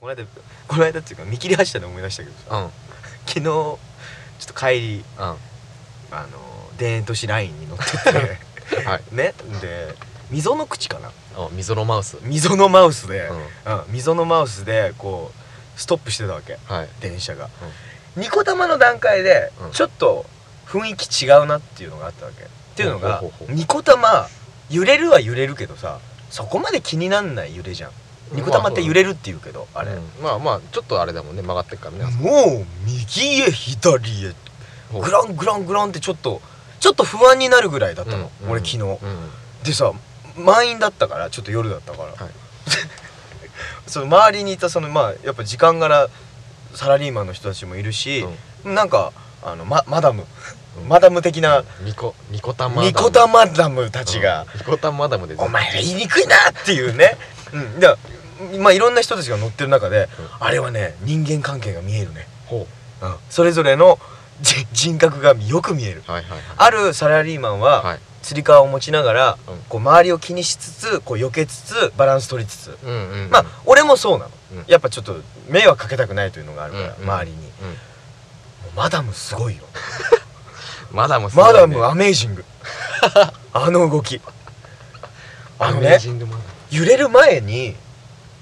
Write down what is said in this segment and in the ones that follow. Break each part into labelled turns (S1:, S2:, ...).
S1: この間この間っていうか見切り発車で思い出したけどさ、
S2: うん
S1: 昨日ちょっと帰り
S2: うん
S1: あの田園都市ラインに乗ってて
S2: はい
S1: ねで溝の口かな
S2: あ溝のマウスうん
S1: 溝のマウスで、
S2: は
S1: うん、溝のマウスでこうストップしてたわけ
S2: い
S1: 電車が、ニコ玉の段階で
S2: うん
S1: ちょっと雰囲気違うなっていうのがあったわけ、っていうのが
S2: ほうほうほう
S1: ニコ玉揺れるは揺れるけどさそこまで気になんない揺れじゃんニコ玉って揺れるっていうけどあれ、
S2: うんまあまあちょっとあれだもんね曲がってっからねあそ
S1: もう右へ左へ
S2: こ
S1: グラングラングランってちょっとちょっと不安になるぐらいだったの、
S2: うん
S1: 俺昨日、
S2: うん
S1: でさ満員だったからちょっと夜だったから、
S2: はい
S1: その周りにいたそのまあやっぱ時間柄サラリーマンの人たちもいるし、なんかあのまマダム、
S2: うん
S1: マダム的な
S2: ニコニコタマダム
S1: ニコタマダムたちが
S2: うんニコタマダムで
S1: 「お前ら言いにくいな!」っていうね、うん、だからまあいろんな人たちが乗ってる中で、あれはね人間関係が見えるね、
S2: ほ
S1: うん、それぞれのじ人格がよく見える
S2: うはいはいはい
S1: あるサラリーマンは、
S2: はい
S1: つり革を持ちながら、
S2: うん
S1: こう周りを気にしつつこう避けつつバランス取りつつ、
S2: うんうんうん
S1: まあ俺もそうなの、
S2: うん
S1: やっぱちょっと迷惑かけたくないというのがあるから、
S2: うんうん
S1: 周りにも
S2: うん
S1: うマダムすごい よ
S2: マダムすごい
S1: マ
S2: ね
S1: ダムアメージ ングあの動きあ
S2: ア
S1: の
S2: メー
S1: ね
S2: ジングマダム
S1: 揺れる前に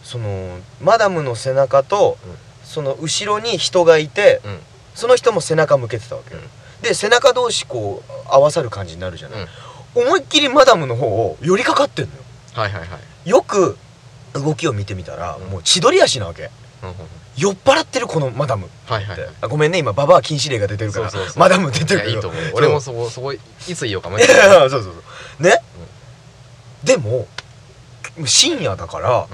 S1: そのマダムの背中と、
S2: うん
S1: その後ろに人がいて
S2: うん
S1: その人も背中向けてたわけよ、
S2: うん
S1: で背中同士こう合わさる感じになるじゃない、
S2: うん
S1: 思いっきりマダムの方を寄りかかってんのよ
S2: はいはいはい
S1: よく動きを見てみたら、
S2: うん
S1: もう千鳥足なわけ
S2: うんうんうん
S1: 酔っ払ってるこのマダムって、
S2: はいはいはい
S1: あごめんね今ババア禁止令が出てるから
S2: そうそうそう
S1: マダム出てるけど
S2: いやいいと思う
S1: そう
S2: 俺もそこそこいつ言おうか迷った
S1: そうそうそうね、でももう深夜だから、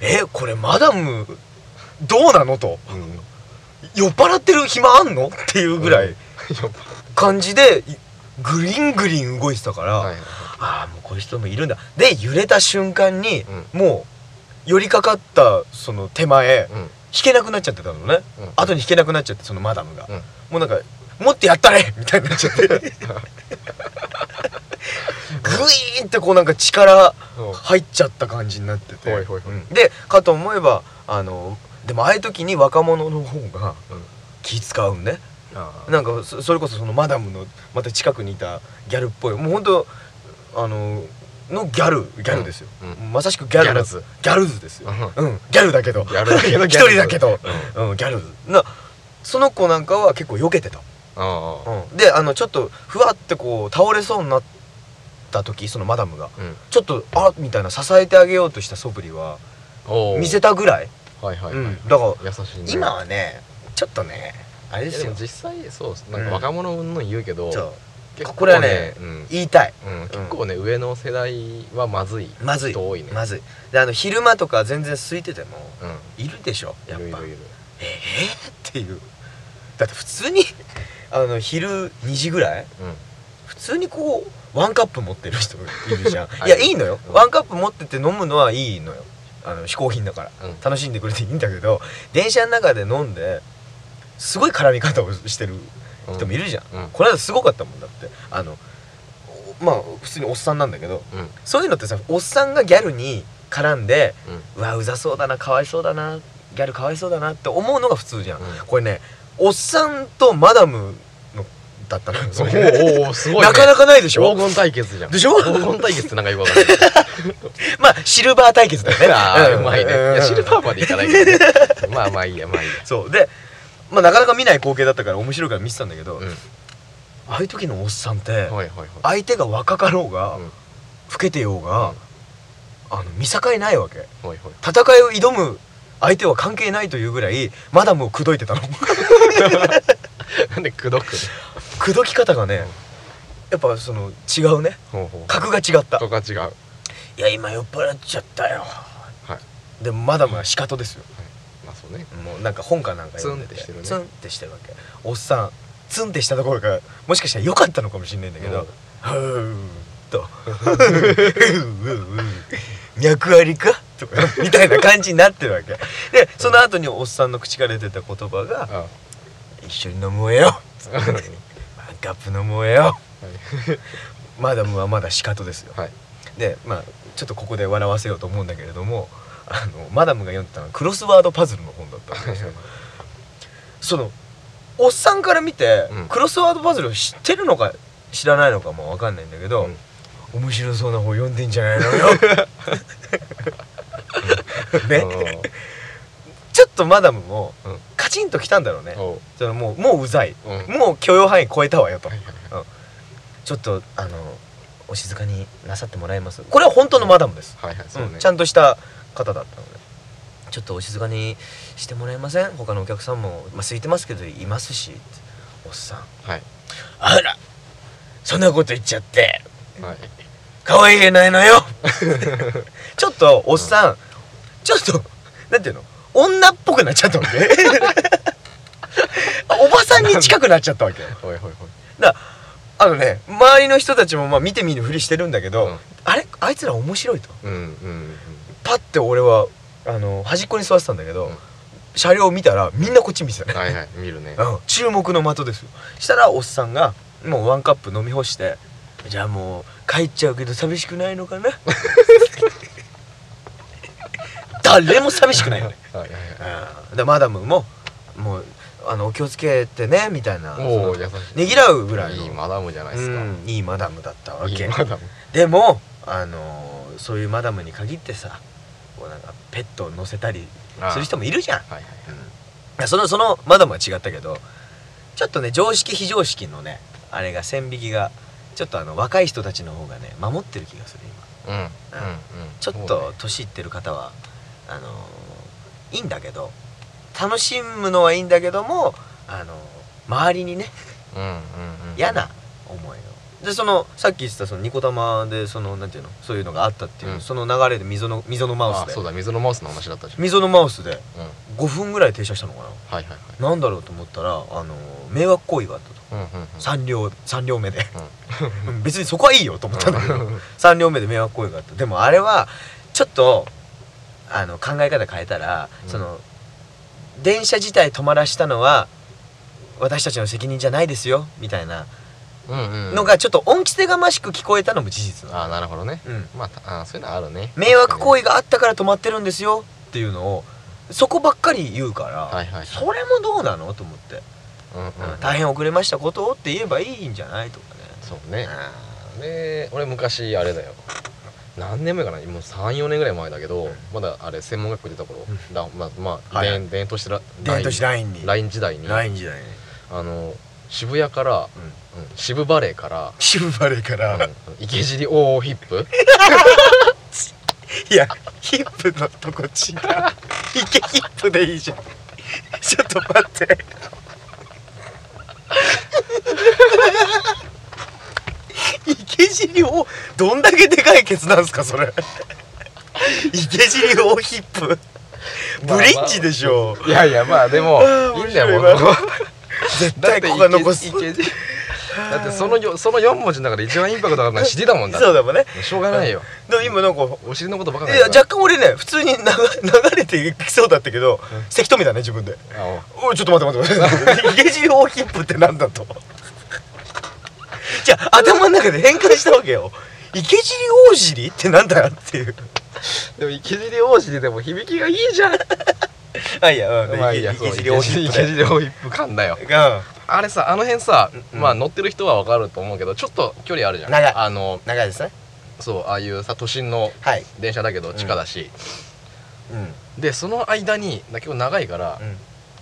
S1: えこれマダムどうなのと
S2: うんうん
S1: 酔っ払ってる暇あんのっていうぐら
S2: うん
S1: い
S2: 酔っ払っ
S1: 感じでいグリングリン動いてたから、
S2: たはいはい
S1: ああもうこういう人もいるんだで揺れた瞬間に、
S2: う
S1: もう寄りかかったその手前
S2: うん
S1: 弾けなくなっちゃってたのね、
S2: うん
S1: 後に弾けなくなっちゃってそのマダムが、
S2: うん
S1: もうなんか「もっとやったれ!」みたいになっちゃ ってグイーンってこうなんか力
S2: そう
S1: 入っちゃった感じになってて
S2: ほいほいほい
S1: うんでかと思えばあのでもああいう時に若者の方が
S2: うん
S1: 気使うんね
S2: あー
S1: なんかそそれこそそのマダムのまた近くにいたギャルっぽいもうほんとあののギャルギャルですよ、
S2: う
S1: まさしくギャルな
S2: ギャルズ
S1: ギャルズですよ、
S2: う
S1: うん、ギャルだけど
S2: ギャルだけ ど
S1: 一人だけど、うん、ギャルズなその子なんかは結構避けてた、
S2: ああ
S1: うん、であのちょっとふわってこう倒れそうになった時そのマダムが
S2: うん
S1: ちょっとあみたいな支えてあげようとした素振りは
S2: おー
S1: 見せたぐらい、
S2: はいはいは
S1: う
S2: い
S1: ん、だから
S2: 優しいね
S1: 今はねちょっとねあれ
S2: い
S1: です
S2: やで
S1: よ
S2: も実際そうなんか若者うんぬん言うけど
S1: そう
S2: 結構
S1: これはね
S2: うん
S1: 言いたい
S2: うん結構ね上の世代はまずい
S1: まずい
S2: 人多いね
S1: まずいであの昼間とか全然空いてても
S2: うん
S1: いるでしょやっぱ
S2: いろいろいる
S1: えー、っていうだって普通にあの昼2時ぐらい
S2: うん
S1: 普通にこうワンカップ持ってる人いるじゃん、
S2: はい
S1: い、やいいのよ
S2: うん
S1: ワンカップ持ってて飲むのはいいのよあの嗜好品だから
S2: うん
S1: 楽しんでくれていいんだけど電車の中で飲んですごい絡み方をしてる
S2: うん
S1: 人もいるじゃん、
S2: うん
S1: この間すごかったもんだってあのおまあ普通におっさんなんだけど
S2: うん
S1: そういうのってさおっさんがギャルに絡んで
S2: うん
S1: うわうざそうだなかわいそうだなギャルかわいそうだなって思うのが普通じゃん、
S2: うん
S1: これねおっさんとマダムのだったのよそ
S2: お
S1: れ
S2: ーおーおーすごいね
S1: なかなかないでしょ
S2: 黄金対決じゃん
S1: でしょ
S2: 黄金対決ってなんかよくわかんない
S1: まあシルバー対決だよね
S2: あーうまいねい
S1: うん
S2: やシルバーまでいかないけどねまあまあいいやまあいいや
S1: そうでまあなかなか見ない光景だったから面白いから見てたんだけど、
S2: うん
S1: ああいう時のおっさんって
S2: はいはいはい
S1: 相手が若かろうが、
S2: うん
S1: 老けてようが、
S2: うん
S1: あの見境ないわけ
S2: はいはい
S1: 戦いを挑む相手は関係ないというぐらいマダムを口説いてたの
S2: なんで口説く
S1: 口説き方がねやっぱその違うね
S2: ほうほう
S1: 格が違った
S2: とか違うはい
S1: いや今酔っ払っちゃったよでもマダムは仕方ですよ
S2: まあそうね
S1: もうなんか本かなんか読んでて
S2: ツンってしてるね
S1: ツンってしてるわけおっさんツンってしたところがもしかしたら良かったのかもしれないんだけ
S2: う
S1: ど
S2: ん
S1: 「ふーん」と「ふーんうんうん脈ありか?」とかみたいな感じになってるわけでその後におっさんの口から出た言葉が
S2: あ
S1: 「一緒に飲もうよ」
S2: あはい
S1: ワンカップ飲もうよマダムはまだ仕方ですよ
S2: はい
S1: でまあちょっとここで笑わせようと思うんだけれどもああのマダムが読んでたのはクロスワードパズルの本だったんですよそのおっさんから見て、
S2: うん
S1: クロスワードパズルを知ってるのか知らないのかもわかんないんだけど、
S2: うん
S1: 面白そうな本読んでんじゃないの よねちょっとマダムも
S2: うん
S1: カチンときたんだろうね
S2: うんおう
S1: そのもうもううざい
S2: うん
S1: もう許容範囲超えたわよと
S2: はいはい
S1: ちょっとあのお静かになさってもらえますこれは本当のマダムです、
S2: はいはいそう
S1: う
S2: ね
S1: んちゃんとした方だったのでちょっとお静かにしてもらえません他のお客さんも、まあ、空いてますけどいますしおっさん
S2: はい
S1: あらそんなこと言っちゃって
S2: はい
S1: 可愛げないの よちょっとおっさん、ちょっとなんていうの女っぽくなっちゃったわ けあおばさんに近くなっちゃったわけ
S2: おいおいおい
S1: あのね周りの人たちもまあ見て見ぬふりしてるんだけど、
S2: うん
S1: あれあいつら面白いと
S2: うんうん
S1: パッて俺はあの端っこに座ってたんだけど、
S2: うん
S1: 車両見たらみんなこっち見てた
S2: うん
S1: ね、
S2: はいはい見るね
S1: うん、注目の的ですよしたらおっさんがもうワンカップ飲み干して「じゃあもう帰っちゃうけど寂しくないの かな? 」誰も寂しくないよね、
S2: はいはいはい
S1: うん、でマダムも「もうあのお気をつけてね」みたいな
S2: おお
S1: その
S2: 優しい
S1: ねぎらうぐらいの
S2: いいマダムじゃないです
S1: う
S2: か、
S1: ん、いいマダムだったわ
S2: い
S1: け
S2: いマダム
S1: でもあのーそういうマダムに限ってさこうなんかペットを乗せたりする人もいるじゃん
S2: ああはいはいはい
S1: いやそのそのマダムは違ったけどちょっとね常識非常識のねあれが線引きがちょっとあの若い人たちの方がね守ってる気がする今
S2: うんうんうん
S1: ちょっと年いってる方はあのーいいんだけど楽しむのはいいんだけどもあのー周りにね
S2: そうねうんうんうん
S1: 嫌な思いをでそのさっき言ってたそのニコ玉でそのなんていうのそういうのがあったっていう、
S2: うん
S1: その流れで溝の溝のマ
S2: あ
S1: ウス
S2: そう
S1: で
S2: だ水のマウスの話だったじゃん
S1: 溝のマウスで
S2: うんはい
S1: 5分ぐらい停車したのか
S2: はいはい
S1: ななんだろうと思ったらあの迷惑行為があったと
S2: うんうんうん
S1: 3両三両目で
S2: う
S1: うん 別にそこはいいよと思ったんだけど
S2: んうん
S1: 3両目で迷惑行為があったでもあれはちょっとあの考え方変えたら、
S2: うん
S1: その電車自体止まらしたのは私たちの責任じゃないですよみたいな
S2: うんうん
S1: のがちょっと恩着せがましく聞こえたのも事実なの
S2: ああなるほどね
S1: うん、
S2: まあたあーそういうのあるね
S1: 迷惑行
S2: 為
S1: 為があったから止まってるんですよっていうのをそこばっかり言うから、
S2: はいはいはい
S1: それもどうなのと思って、
S2: うんうん
S1: 大変遅れましたことをって言えばいいんじゃないとかね
S2: そうねで俺昔あれだよ何年目かなもう34年ぐらい前だけどまだあれ専門学校出た頃
S1: うん
S2: だまあまあ
S1: はい
S2: 伝伝統してら
S1: 伝統ラインに
S2: LINE 時代に
S1: ライン時代に
S2: あの渋谷からうん渋バレーから
S1: 渋バレーから、
S2: うん池尻大ヒッ プ
S1: いやヒップのとこ違う池ヒップでいいじゃんちょっと待って池尻をどんだけでかいケツなんすかそれ池尻をヒップブリッジでしょ、
S2: いやいやまあでも
S1: あー
S2: いいんだよ
S1: 面白い
S2: もう
S1: 絶
S2: だっ
S1: 対
S2: て
S1: ここが残す
S2: いけいけだってそのよその4文字の中で一番インパクトがあるのは CD だもんだ
S1: そうだもんね
S2: もうしょうがないよ
S1: でも今なんか
S2: お尻のことばっか
S1: い
S2: り
S1: や若干俺ね普通に流流れていきそうだったけど、
S2: うん
S1: せき止めたね自分で
S2: あ
S1: おいちょっと待って待って待って ゲジオーヒップってなんだとじゃあ頭の中で変換したわけよ池尻大尻ってなんだよっていう
S2: おでも池尻大尻でも響きがいいじゃん
S1: あいや、うん、
S2: まあいいや
S1: 池
S2: そう
S1: 尻大尻
S2: 池尻大ヒップ感だよ
S1: が
S2: あれさあの辺さ
S1: うん
S2: まあ乗ってる人はわかると思うけどちょっと距離あるじゃん
S1: 長い
S2: あの
S1: 長いですね
S2: そうああいうさ都心の
S1: はい
S2: 電車だけど地下だし
S1: うんうん
S2: でその間にだ結構長いから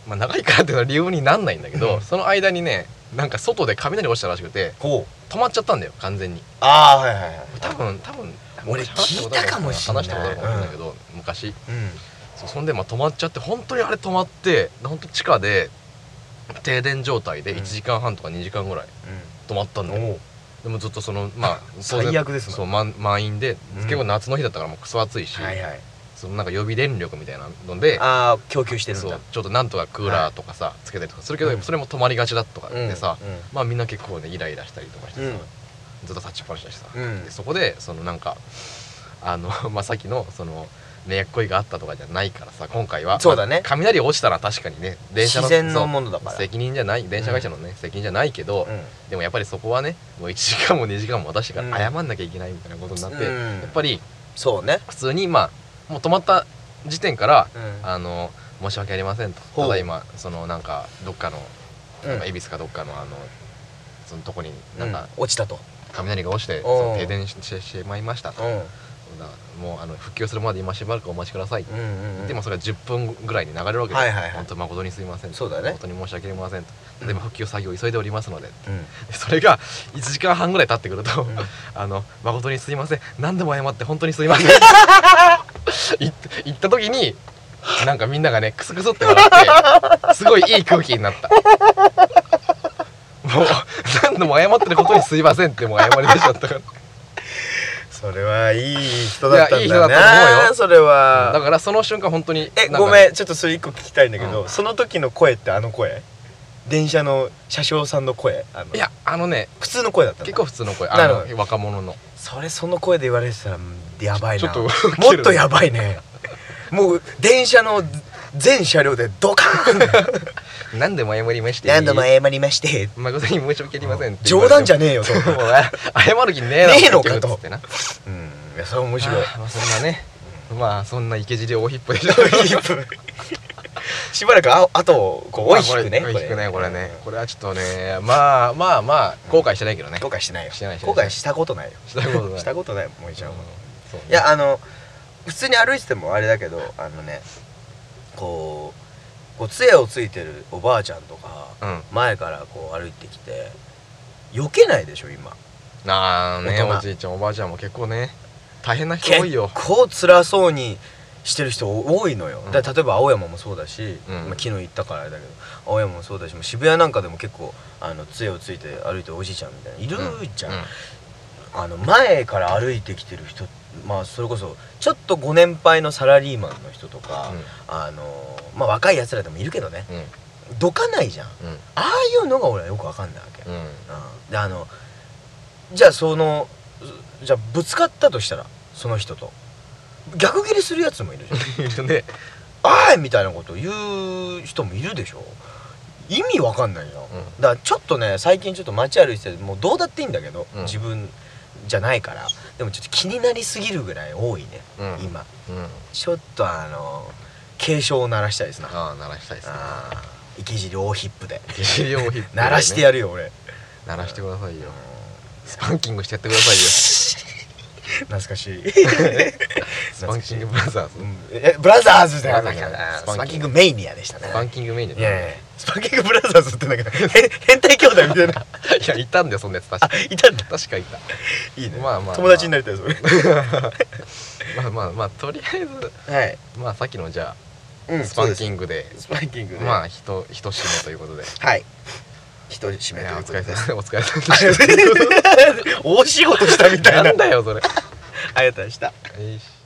S2: まあ長いからっていうのは理由になんないんだけ
S1: う
S2: ど
S1: ん
S2: その間にねなんか外で雷落ちたらしくて
S1: こう
S2: 止まっちゃったんだよ完全に
S1: ああはいはいはい
S2: 多分多分
S1: 俺聞いたかもしんない
S2: 話したことあるかもしれないけど、昔
S1: うん
S2: そうそんでまあ止まっちゃって本当にあれ止まって本当地下で停電状態で
S1: うん
S2: 1時間半とか2時間ぐらい止まったんだよ、
S1: おう
S2: でもずっとそのまあ
S1: 最悪ですな
S2: そう満満員で、
S1: うん
S2: 結構夏の日だったからもうクソ暑いし、
S1: はいはい
S2: そのなんか予備電力みたいなので
S1: ああ供給してるん
S2: そう
S1: だ
S2: ちょっとなんとかクーラーとかさ、つけたりとかするけど、
S1: うん
S2: それも止まりがちだとか
S1: うん
S2: でさ、
S1: うん
S2: まあみんな結構ねイライラしたりとかしてさ、
S1: うん
S2: ずっと立ちっぱなしだしさ、
S1: うん
S2: でそこでそのなんかあの まあさっきのその迷惑行為があったとかじゃないからさ今回は
S1: そうだね
S2: まあ雷落ちたら確かにね電車の
S1: 自然の
S2: そう
S1: ものだから
S2: 責任じゃない電車会社のね、責任じゃないけど、
S1: う
S2: でもやっぱりそこはねもう1時間も2時間も私から
S1: う
S2: 謝んなきゃいけないみたいなことになって、
S1: ん
S2: やっぱり
S1: そうね
S2: 普通にまあもう止まった時点から
S1: うん
S2: あの申し訳ありませんと
S1: ほう
S2: ただ今そのなんかどっかの
S1: うん
S2: なんか恵比寿かどっかのあのそのとこになんか
S1: 落ちたと、
S2: 雷が落ちて
S1: おう
S2: その停電してしてしまいましたと
S1: ん
S2: だもうあの復旧するまで今しばらくお待ちくださ
S1: う
S2: い
S1: んうん、
S2: でもそれは10分ぐらいに流れるわけです、
S1: はいはいはい
S2: 本当誠にすいませんと
S1: そうだね
S2: 本当に申し訳ありませんとでも復旧作業急いでおりますので
S1: うん
S2: でそれが1時間半ぐらい経ってくると、
S1: ん
S2: あの誠にすいません何でも謝って本当にすいま せん言って言った時になんかみんながねクスクスって笑ってすごいいい空気になったもう何度も謝ってることにすいませんってもう謝り出しちゃったから
S1: それはいい人だったんだない
S2: やいい人だと思うよ
S1: それは、
S2: だからその瞬間本当に
S1: え
S2: なんか
S1: ごめんちょっとそれ一個聞きたいんだけど、
S2: うん
S1: その時の声ってあの声電車の車掌さんの声あの
S2: いやあのね
S1: 普通の声だったの
S2: 結構普通の声
S1: な
S2: あ
S1: るほど
S2: の若者の
S1: それその声で言われてたらうんやばいな
S2: ちょっと
S1: も
S2: ウケる
S1: っとやばい ねもう電車の全車両でドカーン
S2: 何でも謝りまして
S1: 何度も謝りまして
S2: 誠に申し訳ありませんって言わ
S1: 冗談
S2: れても
S1: じゃねえよ と、
S2: もうあ謝る気ねえな
S1: ねえのかと
S2: つってな
S1: うんいやそれ面白い
S2: あーまあそんなねまあそんな池尻大ヒップ でした
S1: しばらくあ後をこう追い引くね
S2: まあこれ追い引くねこれねこれはちょっとねまあまあまあ後悔してないけどね
S1: 後悔してないよ
S2: してないしてな
S1: 後
S2: い
S1: 悔したことないよ
S2: したことない
S1: したことないもえちゃんは
S2: そうね
S1: いやあの普通に歩いててもあれだけどあのねこうこう杖をついてるおばあちゃんとか
S2: うん
S1: 前からこう歩いてきて避けないでしょ今
S2: なあね
S1: 大人
S2: おじいちゃんおばあちゃんも結構ね大変な人多い
S1: 結
S2: よ
S1: 構辛そうにしてる人多いのよ、
S2: うん
S1: だから例えば青山もそうだし、
S2: うん
S1: まあ、昨日行ったからあれだけど青山もそうだしもう渋谷なんかでも結構あの杖をついて歩いてるおじいちゃんみたいないるじゃん、
S2: うん
S1: あの前から歩いてきてる人まあそれこそちょっとご年配のサラリーマンの人とか、あのまあ若いやつらでもいるけどね
S2: うんうん
S1: どかないじゃんあ
S2: うん
S1: あいうのが俺はよくわかんないわけ、
S2: うん
S1: うんであのじゃあそのじゃあぶつかったとしたらその人と逆ギレするやつもいるじゃん
S2: い るね
S1: 「あーい!」みたいなこと言う人もいるでしょ意味わかんないじゃん、
S2: ん
S1: だからちょっとね最近ちょっと街歩いててもうどうだっていいんだけど、
S2: うん
S1: 自分じゃないからでもちょっと気になりすぎるぐらい多いね、
S2: うん
S1: 今
S2: うん
S1: ちょっとあの警鐘を鳴らしたいですなあ
S2: ああ鳴らしたいですね
S1: あー池尻大ヒップで
S2: 池尻大 ヒップ
S1: 鳴らして
S2: や
S1: やるよ俺
S2: 鳴らしてくださいよスパンキングしてやってくださいよ
S1: 懐かしい
S2: スパンキングブラザーズ
S1: うんえブラザーズだよ
S2: ブラザーズ
S1: ス
S2: ス
S1: パ
S2: パ
S1: ン
S2: ン
S1: キ
S2: キ
S1: ン
S2: ン
S1: グ
S2: グ
S1: メイニアでしたね
S2: スパンキングメインで
S1: いやいやスパンキングブラザーズってなんかへん変態兄弟みたいな
S2: いやいたんだよそんなやつ確
S1: あ
S2: か
S1: いたんだ
S2: 確かいた
S1: いいね、
S2: まあまあまあ
S1: 友達になりたいそれ
S2: まあまあまあとりあえず
S1: はい、
S2: まあさっきのじゃ
S1: う
S2: あスパンキングで
S1: スパンキングで
S2: まあひとひとしめということで
S1: はい一人締め
S2: い
S1: とい
S2: や
S1: う
S2: お
S1: こと
S2: 疲
S1: で
S2: れ様でお疲れ様で
S1: あ りがとうございます 大仕事したみたいな
S2: なんだよそれ
S1: ありがとうございました
S2: よいしょ